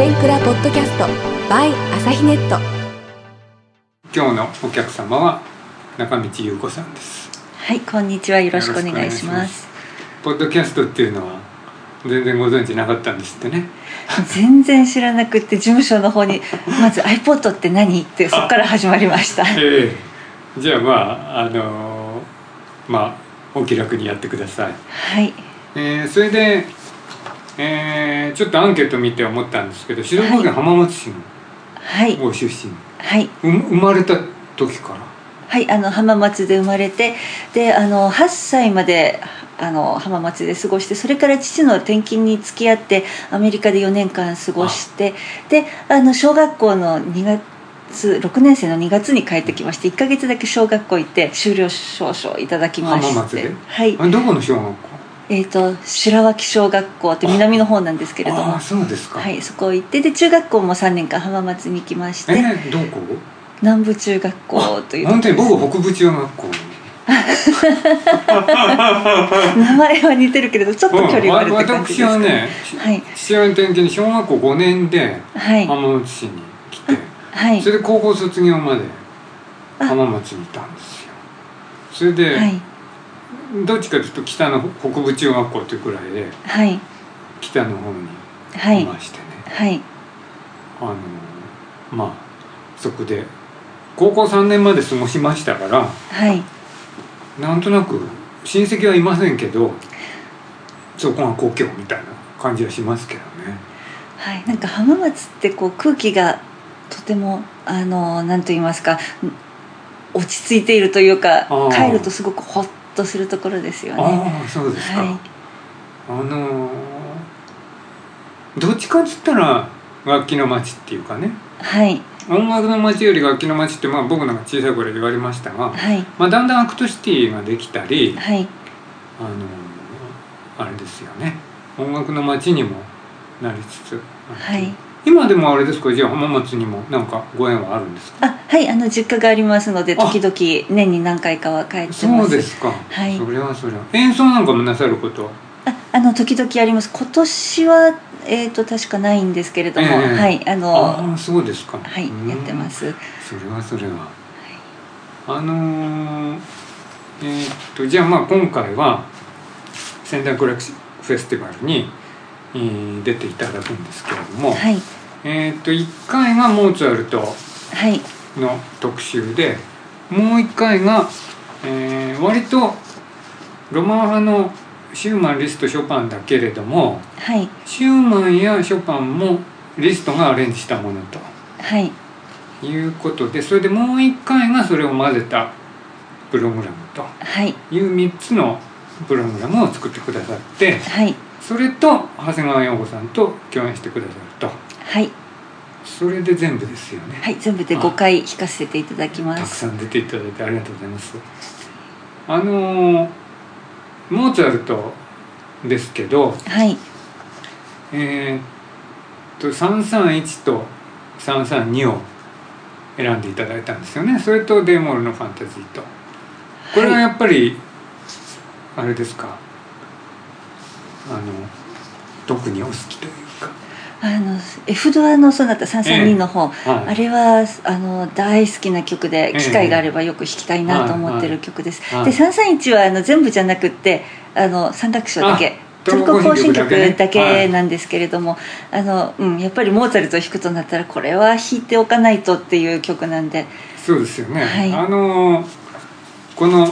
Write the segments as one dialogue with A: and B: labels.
A: ドキャスト by 朝日ネット
B: 今日のお客様は中道優子さんです
C: はい、こんにちは。よろしくお願いし
B: よろ
C: ま
B: し
C: す。
B: ポッドキャストっていうのは全然ご存知なかったんですってね
C: 全然知らなくって、事務所の方に、まず iPod って何って、そこから始まりました。
B: ええじゃあまああのまあお気楽にやってください
C: はい。
B: えーそれで、えーちょっとアンケート見て思ったんですけど静岡県浜松市
C: はい。
B: のご出身、
C: はい。
B: う生まれた時から
C: はい、あの、浜松で生まれて、で、あの、8歳まで、あの、浜松で過ごして、それから父の転勤に付き合って、アメリカで4年間過ごして、で、あの、小学校の2月、6年生の2月に帰ってきまして1ヶ月だけ小学校行って修了証書をいただきまして
B: 浜松で
C: はい
B: あどこの小学校
C: えー、と白脇小学校って南の方なんですけれど
B: あ
C: も
B: あ、そうですか、
C: はい、そこ行ってで中学校も3年間浜松に行きまし
B: え
C: て
B: ー、どこ
C: 南部中学校という
B: 本当に
C: ところ
B: 僕北部中学校
C: です名前は似てるけれどちょっと距離はあるって感じで
B: 私
C: す
B: はね、
C: はい
B: 父親の転勤に小学校5年で
C: はい
B: 浜松市に来て、
C: はい
B: それで高校卒業まで
C: あ
B: 浜松にいたんですよそれで、
C: はい
B: どっちかというと北の北部中学校というくらいで
C: はい
B: 北の方に
C: はいい
B: ましてね、
C: はい
B: あのまあそこで高校3年まで過ごしましたから
C: はい
B: なんとなく親戚はいませんけどそこが故郷みたいな感じはしますけどね。
C: はいなんか浜松ってこう空気がとてもあのなんと言いますかん落ち着いているというか
B: あー
C: 帰るとすごくホッとするところですよね
B: ああそうですか、
C: はい
B: あのーどっちかっつったら楽器の街っていうかね
C: はい
B: 音楽の街より楽器の街ってまあ僕なんか小さい頃言われましたが、
C: はい
B: まあ、だんだんアクトシティができたり
C: はい
B: あのーあれですよね音楽の街にもなりつつ
C: はい
B: 今でもあれですかじゃあ浜松にもなんかご縁はあるんですか
C: あはいあの実家がありますので
B: あ
C: 時々年に何回かは帰ってます
B: そうですか、
C: はい
B: それはそれは演奏なんかもなさることは
C: ああの時々あります今年はえっ、と確かないんですけれども、
B: ええ
C: はいあの
B: ああそうですか
C: はい
B: うん
C: やってます
B: それはそれは、あのーえーっとじゃあまあ今回は仙台クラシックフェスティバルに、えー出ていただくんですけれども、
C: はい
B: えーっと1回がモーツァルト
C: はい
B: の特集でもう1回が、えー割とロマン派のシューマンリストショパンだけれども
C: はい
B: シューマンやショパンもリストがアレンジしたものと。
C: はい
B: いうことでそれでもう一回がそれを混ぜたプログラムと
C: はい
B: いう3つのプログラムを作ってくださって
C: はい
B: それと長谷川陽子さんと共演してくださると
C: はい
B: それで全部ですよね、
C: はい全部で5回弾かせていただきま
B: たく
C: す
B: さん出ていただいてありがとうございますあのーモーツァルトですけど
C: はい
B: えーっと331と332を選んでいただいたんですよねそれとデーモールのファンタジーとこれはやっぱり、あれですかあの特にお好きという
C: あの F ドアのソナタ332の方、
B: か、はい
C: あれはあの大好きな曲で
B: ええ
C: 機会があればよく弾きたいなと思って
B: はいは
C: る曲です。
B: はい
C: で331はあの全部じゃなくってあの三楽章だけ
B: あ
C: トルコ行進曲だ
B: トルコ行進曲だけねは
C: け
B: い
C: なんですけれども、あのうん、やっぱりモーツァルトを弾くとなったらこれは弾いておかないとっていう曲なんで
B: そうですよね、
C: はい
B: あのこの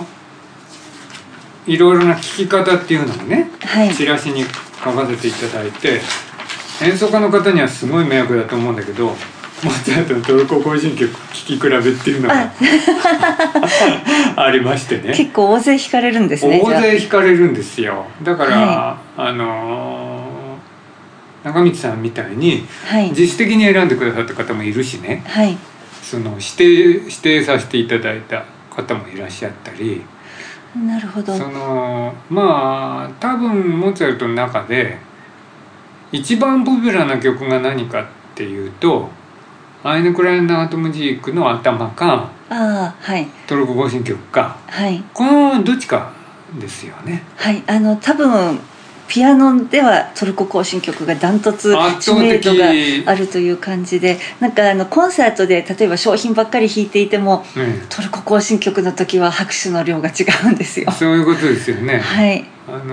B: いろいろな聴き方っていうのもね
C: はい
B: チラシに書かせていただいて演奏家の方にはすごい迷惑だと思うんだけどモーツァルトのトルコ行進曲聴き比べっていうのが ありましてね
C: 結構大勢弾かれるんですね
B: 大勢弾かれるんですよだから、
C: は
B: あのー中道さんみたいに
C: じゃあはい
B: 自主的に選んでくださった方もいるしね
C: はい
B: その指定指定させていただいた方もいらっしゃったり
C: なるほど
B: そのまあ多分モーツァルトの中で一番ポピュラーな曲が何かっていうとアイヌ・クライナート・ムジークの頭か
C: ああはい
B: トルコ行進曲か
C: はい
B: このどっちかですよね。
C: はいあの多分ピアノではトルコ行進曲がダントツ
B: 圧
C: 知
B: 倒
C: 名
B: 的
C: 度があるという感じでなんかあのコンサートで例えば商品ばっかり弾いていても
B: え
C: トルコ行進曲の時は拍手の量が違うんで すよ
B: え。そういうことですよね、
C: はい、
B: あの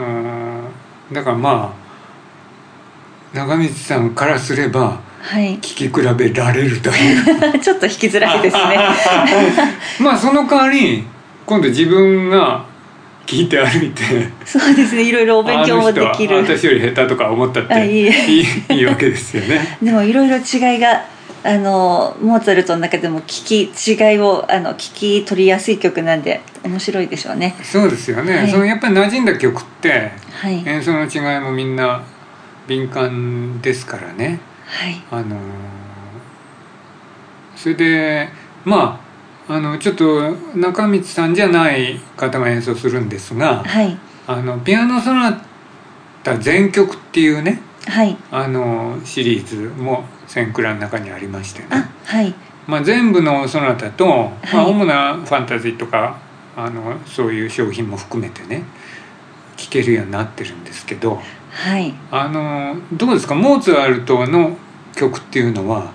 B: ーだからまあ中道さんからすれば
C: はい
B: 聞、き比べられるという
C: ちょっと弾きづらいですね。
B: まあその代わり今度自分が聞いて歩いて
C: そうですね、いろいろお勉強もでき
B: あの
C: る
B: 人は。私より下手とか思ったっ
C: あ
B: てい
C: いい
B: いいいわけですよね。
C: でもいろいろ違いがあのモーツァルトの中でも聞き違いをあの聞き取りやすい曲なんで面白いでしょうね。
B: そうですよね、
C: はい
B: そのやっぱり馴染んだ曲って
C: はい、
B: 演奏の違いもみんな敏感ですからね。
C: はい、
B: あのーそれでまああのちょっと中道さんじゃない方が演奏するんですが
C: はい、
B: あのピアノ・ソナタ全曲っていうね
C: はい、
B: あのシリーズも「センクラ」の中にありましてね、
C: あ、はい、
B: まあ、全部のソナタと、まあ
C: はい
B: 主なファンタジーとかあのそういう商品も含めてね聴けるようになってるんですけど
C: はい。
B: あのどうですかモーツァルトの曲っていうのは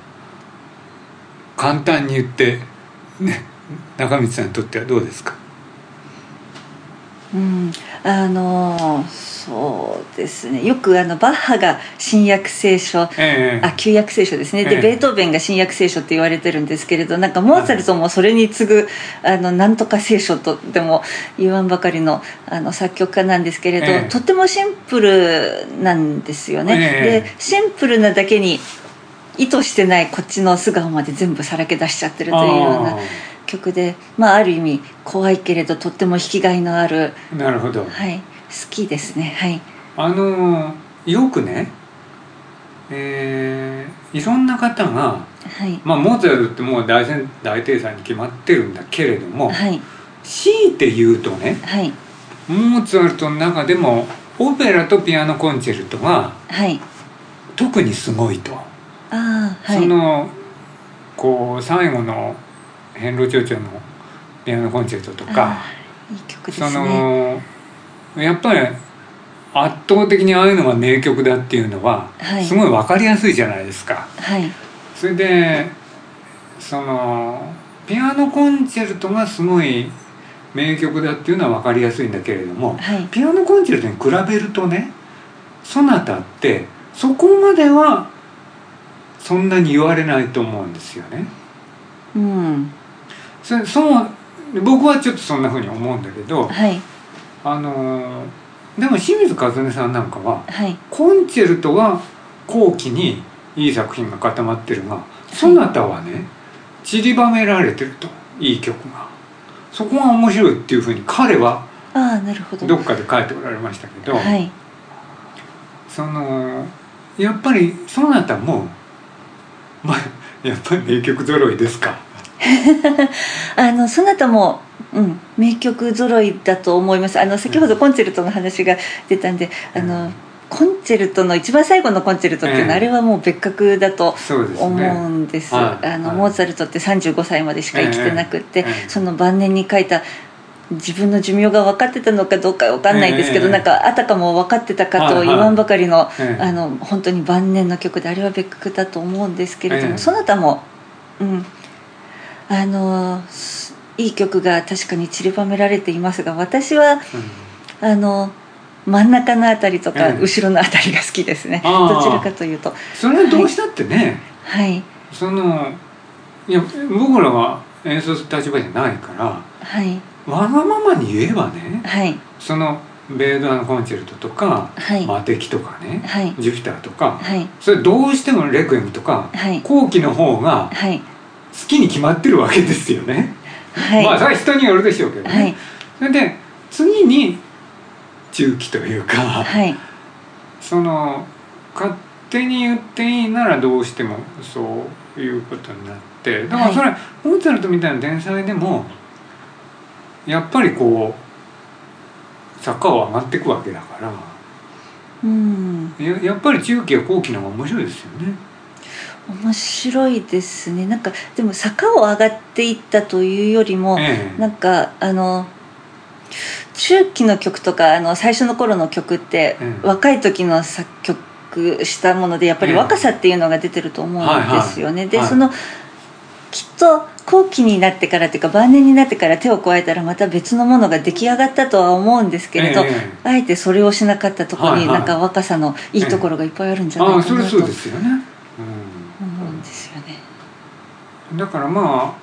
B: 簡単に言って、ね、中道さんにとってはどうですか
C: うん、あのそうですね。よくあのバッハが新約聖書
B: ええ
C: あ旧約聖書ですねで、
B: ええ
C: ベートーベンが新約聖書って言われてるんですけれどなんかモーツァルトもそれに次ぐあのなんとか聖書とでも言わんばかりのあの作曲家なんですけれど、
B: ええ
C: とってもシンプルなんですよね。
B: ええ
C: でシンプルなだけに意図してないこっちの素顔まで全部さらけ出しちゃってるというような
B: あ
C: 曲でまあある意味怖いけれどとっても引きがいのある、
B: ーなるほど、
C: はい、好きですねはい
B: あのよくね、えーいろんな方が、
C: はい
B: まあ、モーツァルトってもう大先大帝さんに決まってるんだけれども、
C: はい
B: 強いて言うとね
C: はい
B: モーツァルトの中でもオペラとピアノコンチェルトが
C: はい
B: 特にすごいと。
C: ああはい
B: そのこう最後の「変路町長のピアノコンチェルト」とか、
C: あーいい曲です
B: そ
C: ね
B: のやっぱり圧倒的にああいうのが名曲だっていうのは、
C: はい
B: すごい分かりやすいじゃないですか。
C: はい
B: それでそのピアノコンチェルトがすごい名曲だっていうのは分かりやすいんだけれども
C: はい
B: ピアノコンチェルトに比べるとねソナタってそこまではそんなに言われないと思うんですよね。
C: うん
B: そそう僕はちょっとそんな風に思うんだけど、
C: はい
B: あのーでも清水和音さんなんかは
C: はい
B: コンチェルトは後期にいい作品が固まってるがそなたはね散りばめられてるといい曲がそこが面白いっていうふうに彼は
C: ああなるほど
B: どっかで書いておられましたけど、
C: はい
B: そのやっぱりそなたもまあやっぱり名曲揃いですか。
C: あのそなたもうん名曲揃いだと思いますあの先ほどコンチェルトの話が出たんで、
B: うん
C: あのコンチェルトの一番最後のコンチェルトっていうの
B: ええ
C: は、あれはもう別格だと
B: そうですね。
C: 思うんです
B: はい
C: あの、
B: はい
C: モーツァルトって35歳までしか生きてなくって、
B: ええええ
C: その晩年に書いた自分の寿命が分かってたのかどうか分かんないですけど、
B: ええ
C: なんかあたかも分かってたかと
B: はいはい
C: 言わんばかりの,、
B: ええ
C: あの本当に晩年の曲であれは別格だと思うんですけれども、
B: ええ
C: そなたも、うん、あのすいい曲が確かに散りばめられていますが私は
B: うん
C: あの真ん中のあたりとか、
B: ええ
C: 後ろのあたりが好きですね
B: ああ
C: どちらかというと。
B: それはどうしたってね、
C: はい
B: そのいや僕らは演奏する立場じゃないからわ
C: はい
B: がままに言えばね
C: はい
B: そのベードアのコンチェルトとか、
C: はい
B: マテキとかね、
C: はい
B: ジュピターとか、
C: はい
B: それどうしてもレクイエムとか、
C: はい
B: 後期の方が
C: はい
B: 好きに決まってるわけですよね、
C: はい、
B: まあそれは人によるでしょうけどね、
C: はい
B: それで次に中期というか、
C: はい
B: その勝手に言っていいならどうしてもそういうことになってだからそれ、モーツァルトみたいな天才でもやっぱりこう坂を上がっていくわけだから
C: うん
B: ややっぱり中期や後期の方が面白いですよね。
C: 面白いですねなんかでも坂を上がっていったというよりも、
B: ええ
C: なんかあの中期の曲とかあの最初の頃の曲って、
B: うん
C: 若い時の作曲したものでやっぱり
B: うん
C: 若さっていうのが出てると思うんですよ
B: はい
C: ね。
B: はい
C: で、
B: はい
C: そのきっと後期になってからっていうか晩年になってから手を加えたらまた別のものが出来上がったとは思うんですけれど、
B: ええ
C: あえてそれをしなかったところ
B: はい
C: に
B: はい
C: なんか若さのいいところがいっぱいあるんじゃない
B: ああ
C: かな
B: そ
C: と
B: れ
C: 思
B: は
C: う
B: そうですよね、
C: んですよね。
B: うん、だからまあ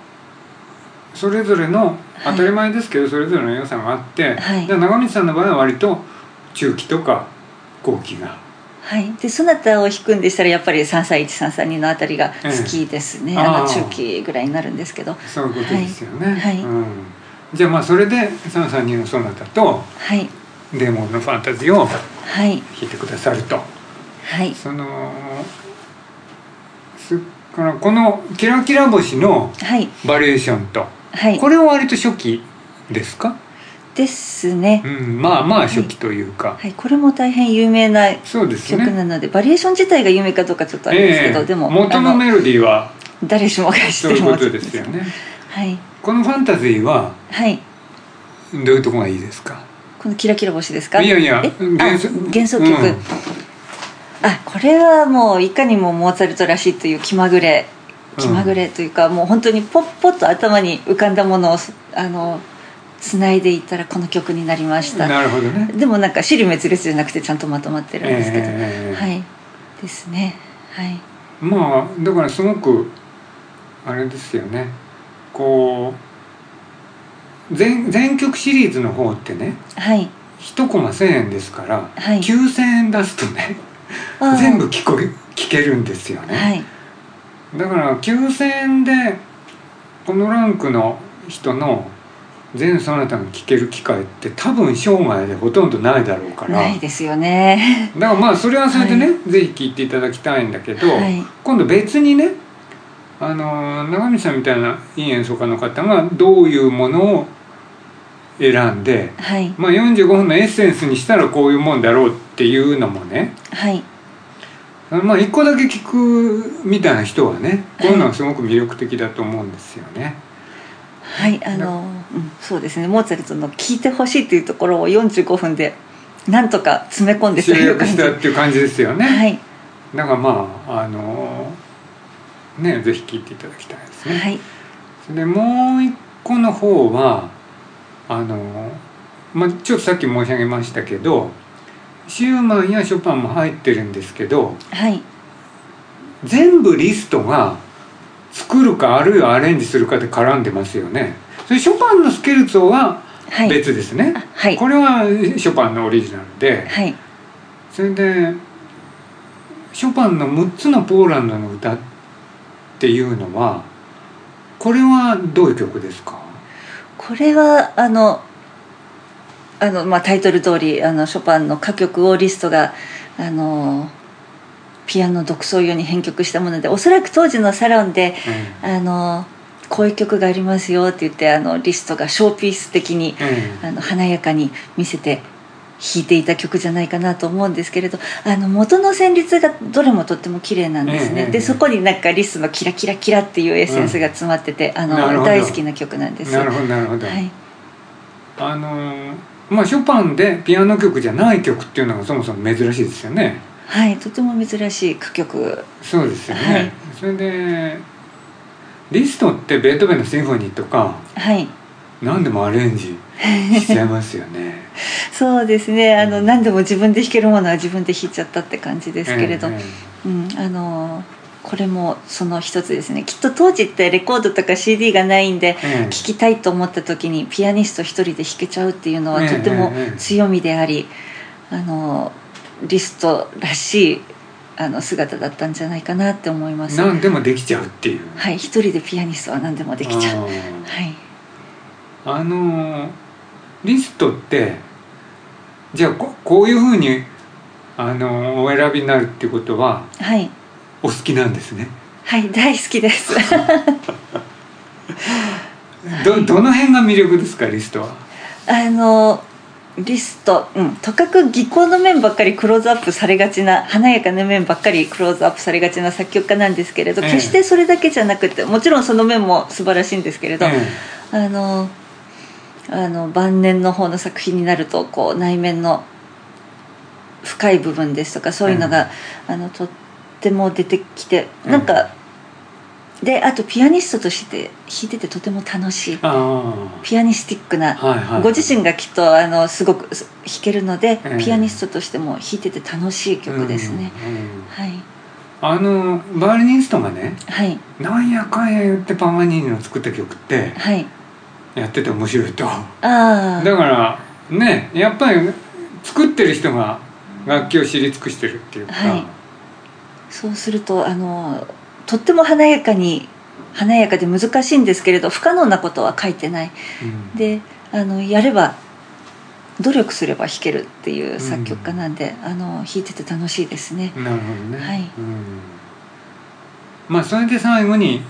B: それぞれの
C: はい
B: 当たり前ですけど、それぞれの良さがあって、
C: はい
B: で長光さんの場合は割と中期とか後期が
C: はい、でソナタを弾くんでしたらやっぱり331332のあたりが好きですね、
B: ええ
C: あ
B: あ
C: の
B: あ
C: 中期ぐらいになるんですけど
B: そういうことですよね、
C: はいはい
B: うん、じゃあまあそれで332のソナタと
C: はい
B: デーモンのファンタジーを弾
C: はい
B: いてくださると
C: はい
B: そのすこのこの「キラキラ星」の
C: はい
B: バリエーションと
C: はい
B: これは割と初期ですか、
C: ですね
B: う、ん、まあまあ初期というか、
C: はい、これも大変有名な
B: そうです
C: 曲
B: ね
C: なので、バリエーション自体が有名かどうかちょっとあれですけど、でも
B: 元
C: あ
B: の
C: の
B: メロディーは
C: 誰しもが知
B: そ
C: っ
B: う
C: て
B: い
C: る
B: うこ
C: もの
B: と
C: で
B: ですすよね
C: はい
B: このファンタジーは
C: はい
B: どういうとこがいいですか
C: この「キラキラ星」ですか
B: いやいや
C: え
B: 幻想
C: あ幻想曲、
B: うん
C: あこれはもういかにもモーツァルトらしいという気まぐれ
B: うん
C: 気まぐれというか、もう本当にポッポッと頭に浮かんだものをあの繋いでいったらこの曲になりました
B: なるほどね、
C: でもなんか尻滅裂じゃなくてちゃんとまとまってるんですけど、
B: ええ
C: はいですねはい
B: まあだからすごくあれですよねこう全全曲シリーズの方ってね
C: はい
B: 1コマ1,000円ですから、
C: はい
B: 9,000円出すとね
C: あー
B: 全部聞こえ聞けるんですよね、
C: はい
B: だから9,000円でこのランクの人の全そなたが聞ける機会って多分生涯でほとんどないだろうから
C: ないですよね
B: だからまあそれはそれでね、
C: は
B: ぜひ聞いていただきたいんだけど、
C: はい
B: 今度別にねあの長見さんみたいないい演奏家の方がどういうものを選んで、
C: はい
B: まあ、45分のエッセンスにしたらこういうもんだろうっていうのもね
C: はい
B: あのまあ一個だけ聞くみたいな人はねこういうのはすごく魅力的だと思うんですよね。
C: はい、あの、うん、そうですね、モーツァルトの聞いてほしいというところを45分で。なんとか詰め込んでと
B: 集
C: いう
B: 約
C: 感
B: し
C: じ。
B: た
C: は
B: っていう感じですよね。
C: い、
B: だからまああのねぜひ聞いていただきたいですね。
C: はい、
B: でもう一個の方はあの、まあ、ちょっとさっき申し上げましたけどシューマンやショパンも入ってるんですけど
C: はい、
B: 全部リストが作るかあるいはアレンジするかで絡んでますよね。それショパンのスケルツォは
C: はい、
B: 別ですね、
C: あはい、
B: これはショパンのオリジナルで
C: はい、
B: それでショパンの6つのポーランドの歌っていうのはこれはどういう曲ですか
C: これは、あの。あの、まあ、タイトル通り、あの、ショパンの歌曲をリストが、あの。ピアノ独奏用に編曲したもので、おそらく当時のサロンで、
B: うん
C: あの。こういう曲がありますよって言って、あの、リストがショーピース的に。
B: ええ
C: あの華やかに見せて弾いていた曲じゃないかなと思うんですけれどあの元の旋律がどれもとっても綺麗なんですね、
B: ええええ
C: でそこになんかリスの「キラキラキラ」っていうエッセンスが詰まってて、あ
B: なる
C: の
B: ほど
C: 大好きな曲なんです
B: なるほどなるほど、
C: はい
B: あのーまあショパンでピアノ曲じゃない曲っていうのがそもそも珍しいですよね
C: はい、とても珍しい歌曲
B: そうですよね、
C: はい
B: それでリストってベートーベンのシンフォニーとか
C: はい
B: 何でもアレンジしちゃいますよね
C: そうですねあの何でも自分で弾けるものは自分で弾いちゃったって感じ ですけれど、
B: えええ
C: うん、あのこれもその一つですねきっと当時ってレコードとか CD がないんで、
B: ええ
C: 聴きたいと思った時にピアニスト一人で弾けちゃうっていうの
B: ええ
C: はとても
B: ええ
C: 強みであり、あのリストらしいあの姿だったんじゃないかなって思います。
B: 何でもできちゃうっていう
C: はい、一人でピアニストは何でもできちゃう。
B: あー
C: はい、
B: あのーリストってじゃあここういうふうにあのーお選びになるってことは
C: はい、
B: お好きなんですね
C: はい、大好 きです。
B: どどの辺が魅力ですかリストは
C: あのリスト、うん、とかく技巧の面ばっかりクローズアップされがちな華やかな面ばっかりクローズアップされがちな作曲家なんですけれど
B: ええ
C: 決してそれだけじゃなくてもちろんその面も素晴らしいんですけれど、
B: え
C: あのあの晩年の方の作品になるとこう内面の深い部分ですとかそういうのが、あのとっても出てきて
B: うん
C: なんか、であとピアニストとして弾いててとても楽しい
B: ああ
C: ピアニスティックな
B: はいはい
C: ご自身がきっとあのすごくす弾けるので、
B: ええ
C: ピアニストとしても弾いてて楽しい曲ですね、、
B: うんうん
C: はい
B: あのバイオリニストがね
C: はい
B: なんやかんや言ってパガニーニの作った曲って
C: はい
B: やってて面白いと
C: あ
B: だ
C: あ
B: からねやっぱり作ってる人が楽器を知り尽くしてるっていうか、
C: はいそうするとあのとっても華やかに華やかで難しいんですけれど不可能なことは書いてない
B: うん
C: であのやれば努力すれば弾けるっていう作曲家なんで、あの弾いてて楽しいですね、
B: なるほどね、
C: はい
B: うん、まあそれで最後に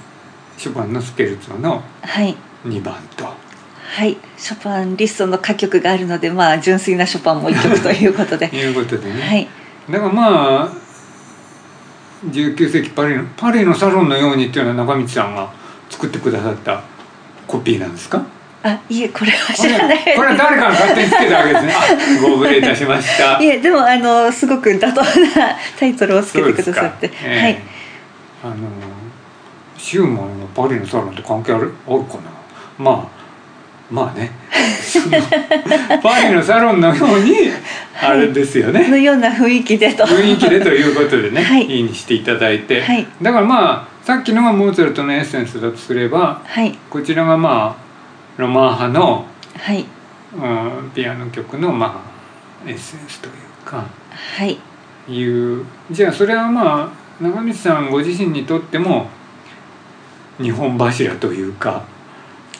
B: ショパンの「スケルツォ」の
C: はい
B: 2番と
C: はいショパンリストの歌曲があるのでまあ純粋なショパンも一曲ということ で
B: いうことでね、
C: はい
B: だからまあ19世紀パリのパリのサロンのようにっていうのは中道さんが作ってくださったコピーなんですか
C: あいえこれは知らな
B: これこれはい誰かが勝手につけたわけですねあご無礼いたしました
C: いえでもあのすごく妥当なタイトルをつけてくださって、
B: そうですかええ
C: はい
B: あのシューマンのパリのサロンと関係あるあるかなまあまあねそ のパリのサロンのようにあれですよね、
C: のような雰囲気でと
B: 雰囲気でということでね、
C: はい
B: いにしていただいて、
C: はい
B: だからまあさっきのがモーツァルトのエッセンスだとすれば
C: はい
B: こちらがまあロマーハ
C: はい
B: の、うん、ピアノ曲のまあエッセンスというか
C: はい
B: いうじゃあそれはまあ長光さんご自身にとっても日本柱というか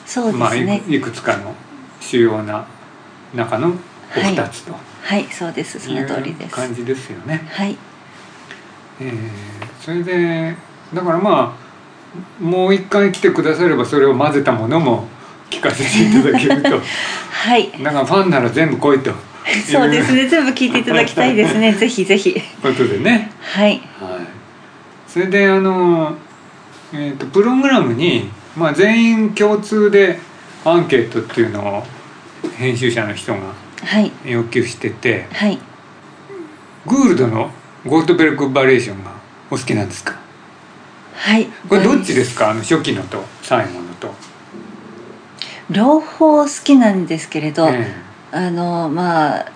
C: そうで
B: まあ、
C: す
B: い
C: ね、
B: くいくつかの主要な中のお二つと
C: はいそうですそ
B: い
C: の通りで
B: う
C: す
B: 感じですよね。
C: はい
B: えーそれでだからまあもう一回来てくださればそれを混ぜたものも聞かせていただける と
C: はい
B: だからファンなら全部来いという
C: そうですね全部聞いていただきた いですねぜひぜひ
B: ことでね、
C: はい
B: はい、それであの、えー、とプログラムに、まあ、全員共通でアンケートっていうのを編集者の人が
C: はい
B: 要求してて
C: はい
B: グールドのゴートベルクバリエーションがお好きなんですか
C: はい
B: これどっちですかあの初期のと最後のと。
C: 両方好きなんですけれど、
B: ええ
C: あのまあ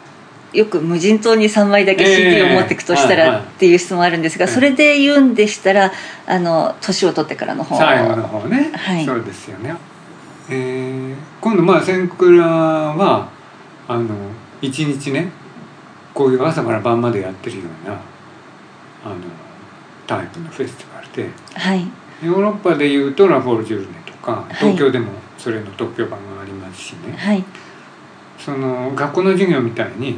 C: よく無人島に3枚だけ CD を持っていくとした
B: ええはい
C: ら
B: はい
C: っていう質問あるんですが、
B: ええ
C: それで言うんでしたらあの年を取ってからの方
B: 最後の方ね、
C: はい
B: そうですよね、えー今度まあ千倉はあの一日ねこういう朝から晩までやってるようなあのタイプのフェスティバルで
C: はい
B: ヨーロッパでいうとラフォール・ジュルネとか
C: い
B: 東京でもそれの特許版がありますしね、
C: はい
B: その学校の授業みたいに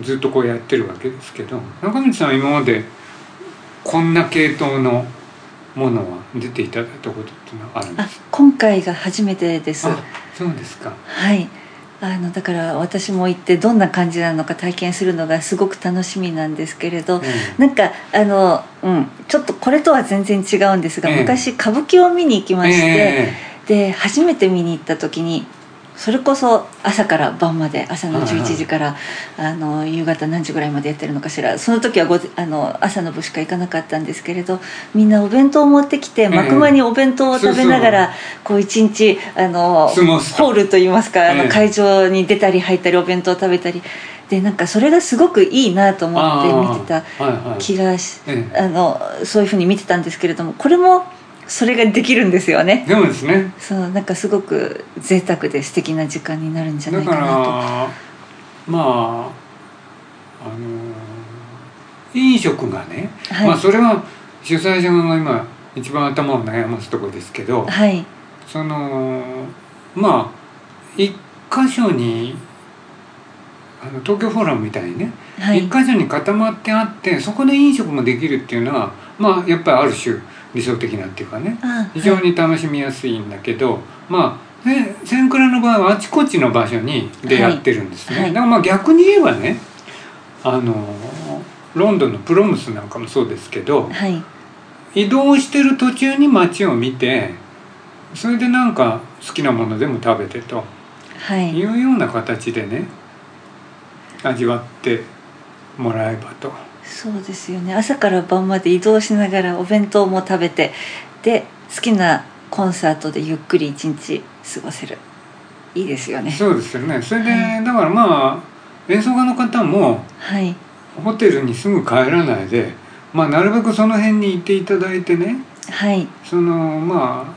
B: ずっとこうやってるわけですけど中道さんは今までこんな系統のものは出ていただいたことっていうのはあるんですか
C: あ今回が初めてです
B: あそうですか。
C: はいあのだから私も行ってどんな感じなのか体験するのがすごく楽しみなんですけれど、
B: え
C: なんかあの、うん、ちょっとこれとは全然違うんですが、
B: ええ
C: 昔歌舞伎を見に行きま
B: え
C: して、
B: え
C: で初めて見に行った時にそれこそ朝から晩まで朝の
B: はいはい
C: 11時から、あの夕方何時ぐらいまでやってるのかしらその時はごあの朝の部しか行かなかったんですけれどみんなお弁当を持ってきて幕間にお弁当を食べながら、こう一日あの
B: 過ごすと
C: ホールといいますかあ
B: ええ
C: の会場に出たり入ったりお弁当を食べたりでなんかそれがすごくいいなと思って見てた
B: ああはいはい
C: 気がし
B: ええ
C: あのそういうふうに見てたんですけれどもこれもそれができるんですよね。
B: でもですね
C: そうなんかすごく贅沢で素敵な時間になるんじゃな
B: だ
C: い
B: か
C: からなと
B: まああの飲食がね、
C: はい
B: まあそれは主催者側が今一番頭を悩ますところですけど、
C: はい
B: そのまあ一箇所にあの東京フォーラムみたいにね、
C: はい
B: 一箇所に固まってあってそこで飲食もできるっていうのはまあやっぱりある種理想的なっていうかね
C: あ
B: 非常に楽しみやすいんだけど、まあね千倉の場合はあちこちの場所に出会ってるんですね、
C: はいはい
B: だからまあ逆に言えばねあのロンドンのプロムスなんかもそうですけど
C: はいはい
B: 移動してる途中に街を見てそれでなんか好きなものでも食べてと
C: はい
B: いうような形でね味わってもらえばと
C: そうですよね朝から晩まで移動しながらお弁当も食べてで好きなコンサートでゆっくり一日過ごせるいいですよね
B: そうですよねそれで、
C: は
B: だからまあ演奏家の方も
C: はい
B: ホテルにすぐ帰らないで、まあ、なるべくその辺にいていただいてね
C: はい
B: そのまあ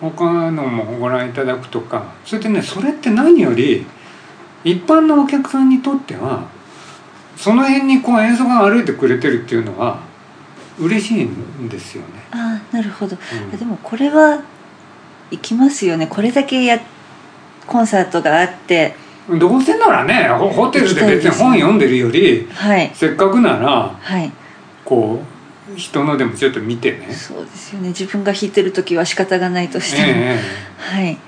B: 他のもご覧いただくとかそれでねそれって何より一般のお客さんにとってはその辺にこう演奏家が歩いてくれてるっていうのは嬉しいんですよね。
C: ああなるほど
B: うん
C: でもこれは行きますよねこれだけやコンサートがあって
B: どうせならねホホテルで別に本読んでるより
C: はい
B: せっかくなら
C: はい
B: こう人のでもちょっと見てね。
C: そうですよね自分が弾いてる時は仕方がないとしても、
B: ええ
C: はい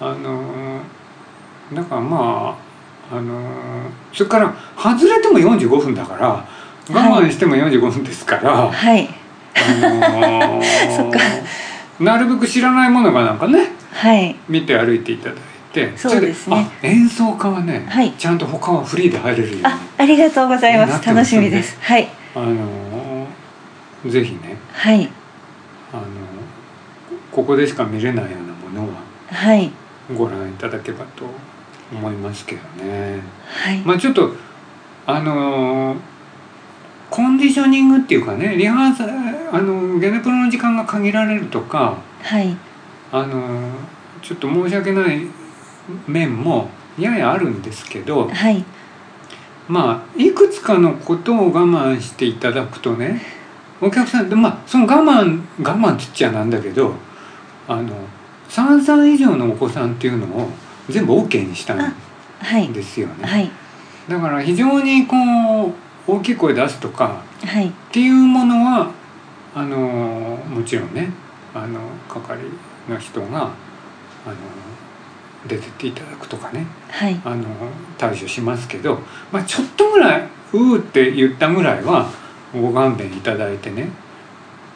B: あのーだからまあ、あのーそれから外れても45分だから我慢しても45分ですから、
C: はい
B: あのー
C: そっか
B: なるべく知らないものがなんかね
C: はい
B: 見て歩いていただいて
C: そうですね
B: それあ演奏家はね、
C: はい
B: ちゃんと他はフリーで入れるように
C: あありがとうございま
B: なっ
C: す
B: てま
C: 楽
B: す
C: し
B: よね
C: みですはい
B: あのーぜひね、
C: はい
B: あのーここでしか見れないようなものは
C: はい
B: ご覧いただければと思いますけどね。
C: はい、
B: まあちょっとあのーコンディショニングっていうかねリハーサルあのゲネプロの時間が限られるとか
C: はい
B: あのーちょっと申し訳ない面もややあるんですけど
C: はい
B: まあいくつかのことを我慢していただくとねお客さんでまあその我慢我慢つっちゃなんだけどあの3歳以上のお子さんっていうのを全部 OK にしたん
C: はい
B: ですよね。
C: はい
B: だから非常にこう大きい声出すとか
C: はい
B: っていうものはあのもちろんねあの係の人があの出てっていただくとかね
C: はい
B: あの対処しますけど、まあ、ちょっとぐらい「うー」って言ったぐらいはご勘弁いただいてね、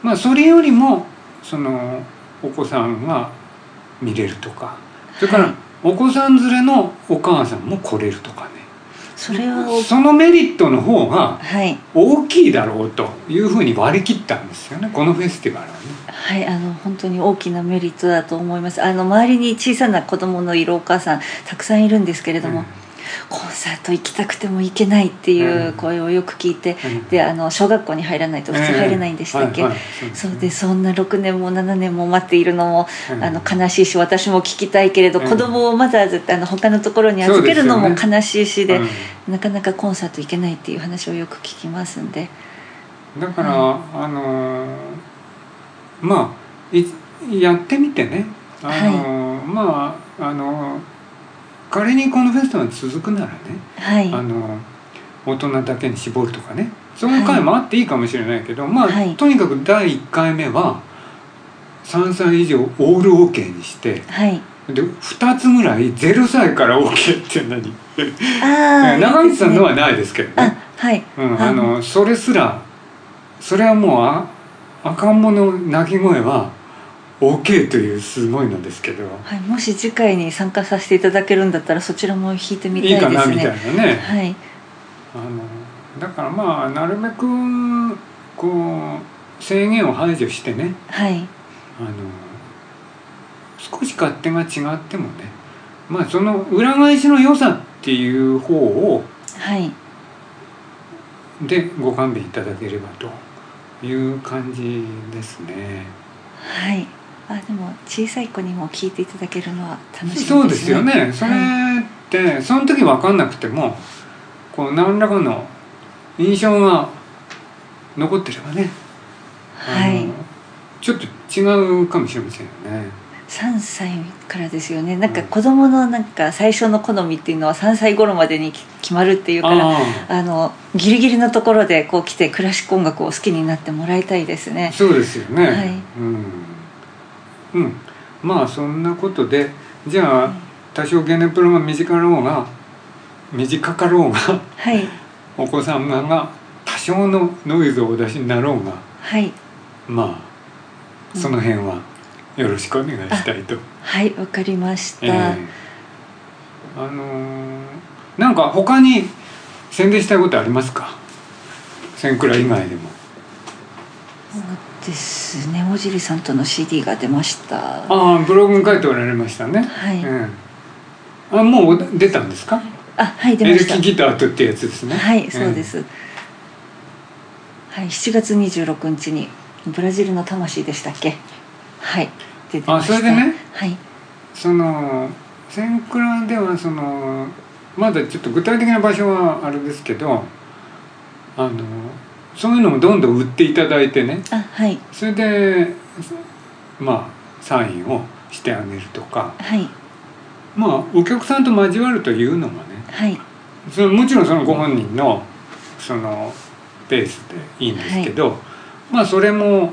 B: まあ、それよりもそのお子さんが見れるとかそれか
C: は
B: ら
C: い
B: お子さん連れのお母さんも来れるとかね。
C: それはお
B: そのメリットの方が
C: はい
B: 大きいだろうというふうに割り切ったんですよねこのフェスティバルはね。
C: はいあの本当に大きなメリットだと思いますあの周りに小さな子供のいるお母さんたくさんいるんですけれども、コンサート行きたくても行けないっていう声をよく聞いて、
B: うんうん
C: であの小学校に入らないと普通入れないんでしたっけ、
B: ええはいはい
C: そうでそんな6年も7年も待っているのも、
B: うん
C: あの悲しいし私も聞きたいけれど、
B: うん
C: 子供をまだ絶対あの他のところに預けるの
B: そ
C: も
B: うですよ
C: 悲しいしで
B: うん
C: なかなかコンサート行けないっていう話をよく聞きますんで
B: だから、あのーまあいやってみてね、あのーまああのー仮にこのフェスティバル続くならね、
C: はい
B: あのー大人だけに絞るとかねその回もあっていいかもしれないけど、まあ、
C: はい
B: とにかく第1回目は3歳以上オール OK にして
C: はい
B: で2つぐらい0歳から OK って何
C: ああ
B: 長渕さんのはい
C: い
B: ないですけどね
C: ですねあはい、
B: うん、あのそれすらそれはもうあ赤ん坊の鳴き声は OK というすごいのですけど
C: はい、もし次回に参加させていただけるんだったらそちらも弾いてみたい
B: いい
C: です
B: か
C: ね
B: なみたいなね
C: はい
B: あのだからまあなるべくこう制限を排除してね
C: はい
B: あの少し勝手が違ってもねまあその裏返しの良さっていう方を
C: はい
B: でご勘弁いただければという感じですね。
C: はい。あでも小さい子にも聞いていただけるのは楽しみですね。
B: そうですよねそれ
C: は
B: っ
C: い
B: て、その時分かんなくてもこう何らかの印象が残ってればね、
C: は
B: あ
C: い
B: の。ちょっと違うかもしれませんよね。
C: 三歳からですよね。なんか子供のなんか最初の好みっていうのは三歳頃までにき決まるっていうから。
B: あ
C: あのギリギリのところでこう来てクラシック音楽を好きになってもらいたいです
B: あ
C: ね。
B: そうですよね、
C: はい
B: うん、うん、まあそんなことでじゃあ多少ゲネプロが短かろうが短かろうが
C: はい
B: お子さんが多少のノイズをお出しになろうが
C: はい
B: まあその辺はよろしくお願いしたいと。
C: はいわかりました。
B: ええあのーなんか他に宣伝したいことありますか千倉以外でも
C: ですねおじりさんとの CD が出ましたあ
B: ああブログに書いておられましたね
C: はい
B: うん、あもう出たんですか
C: はい出
B: エ
C: ま
B: レ
C: した
B: キギターとってやつですね
C: はいそうで、
B: ん
C: す、はい7月26日にブラジルの魂でしたっけはい出てました
B: あそれでね
C: はい
B: その千倉ではそのまだちょっと具体的な場所はあれですけどあのそういうのもどんどん売っていただいてね
C: あはい
B: それでまあサインをしてあげるとか
C: はい
B: まあお客さんと交わるというのがね
C: はい
B: そのもちろんそのご本人のそのペースでいいんですけど、まあそれも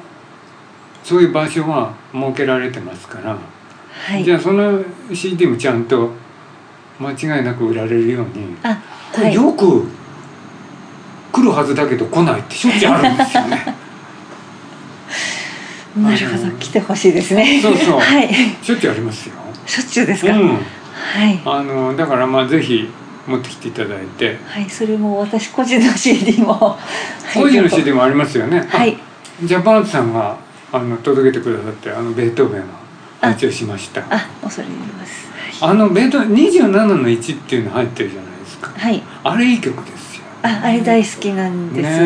B: そういう場所は設けられてますから、
C: はい
B: じゃあその CD もちゃんと間違いなく売られるように
C: あ
B: こ
C: は
B: れ
C: い
B: よく来るはずだけど来ないってしょっちゅうあるんですよ ね
C: なるほど来てほしいですね
B: そうそう
C: はい
B: しょっちゅうありますよ。
C: しょっちゅうです
B: う
C: か、
B: ん、
C: はい
B: あのだからまあぜひ持ってきていただいて
C: はいそれも私個人の CD もはい
B: 個人の
C: ちょっと
B: CD もありますよね。
C: はい
B: ジャパンアートさんがあの届けてくださってあのベートーベンは話をしましたあ
C: あ恐れ入ります
B: のベートーベン27の1っていうの入ってるじゃないですか
C: はい
B: あれいい曲ですよ
C: ああれ大好きなんです、
B: ね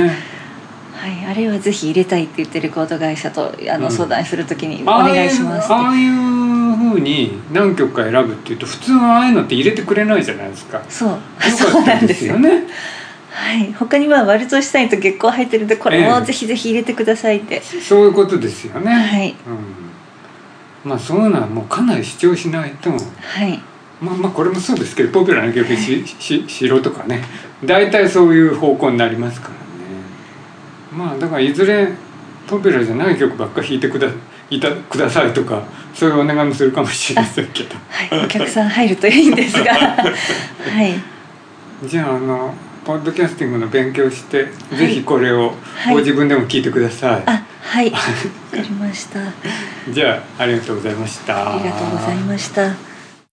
C: はい、あれはぜひ入れたいって言ってレコード会社とあの、
B: うん
C: 相談するときにお
B: ああ
C: 願
B: う
C: いしますって
B: ああいうふうに何曲か選ぶっていうと普通はああいうのって入れてくれないじゃないですかよ
C: そう
B: かったですよね
C: はい他には割としたいと月光入ってるんでこれもぜひぜひ入れてくださいって、
B: そういうことですよね、
C: はい
B: うん、まあそういうのはもうかなり主張しないと
C: はい
B: まあまあこれもそうですけどポピュラーな曲しししろとかね大体そういう方向になりますからねまあだからいずれポピュラーじゃない曲ばっか弾いてくだいたくださいとかそういうお願いもするかもしれませんけど
C: はい、お客さん入るといいんですがはい
B: じゃああのポッドキャスティングの勉強して、ぜひこれを
C: はい
B: ご自分でも聞いてください、
C: あ はいわかりました
B: じゃあありがとうございました
C: ありがとうございました。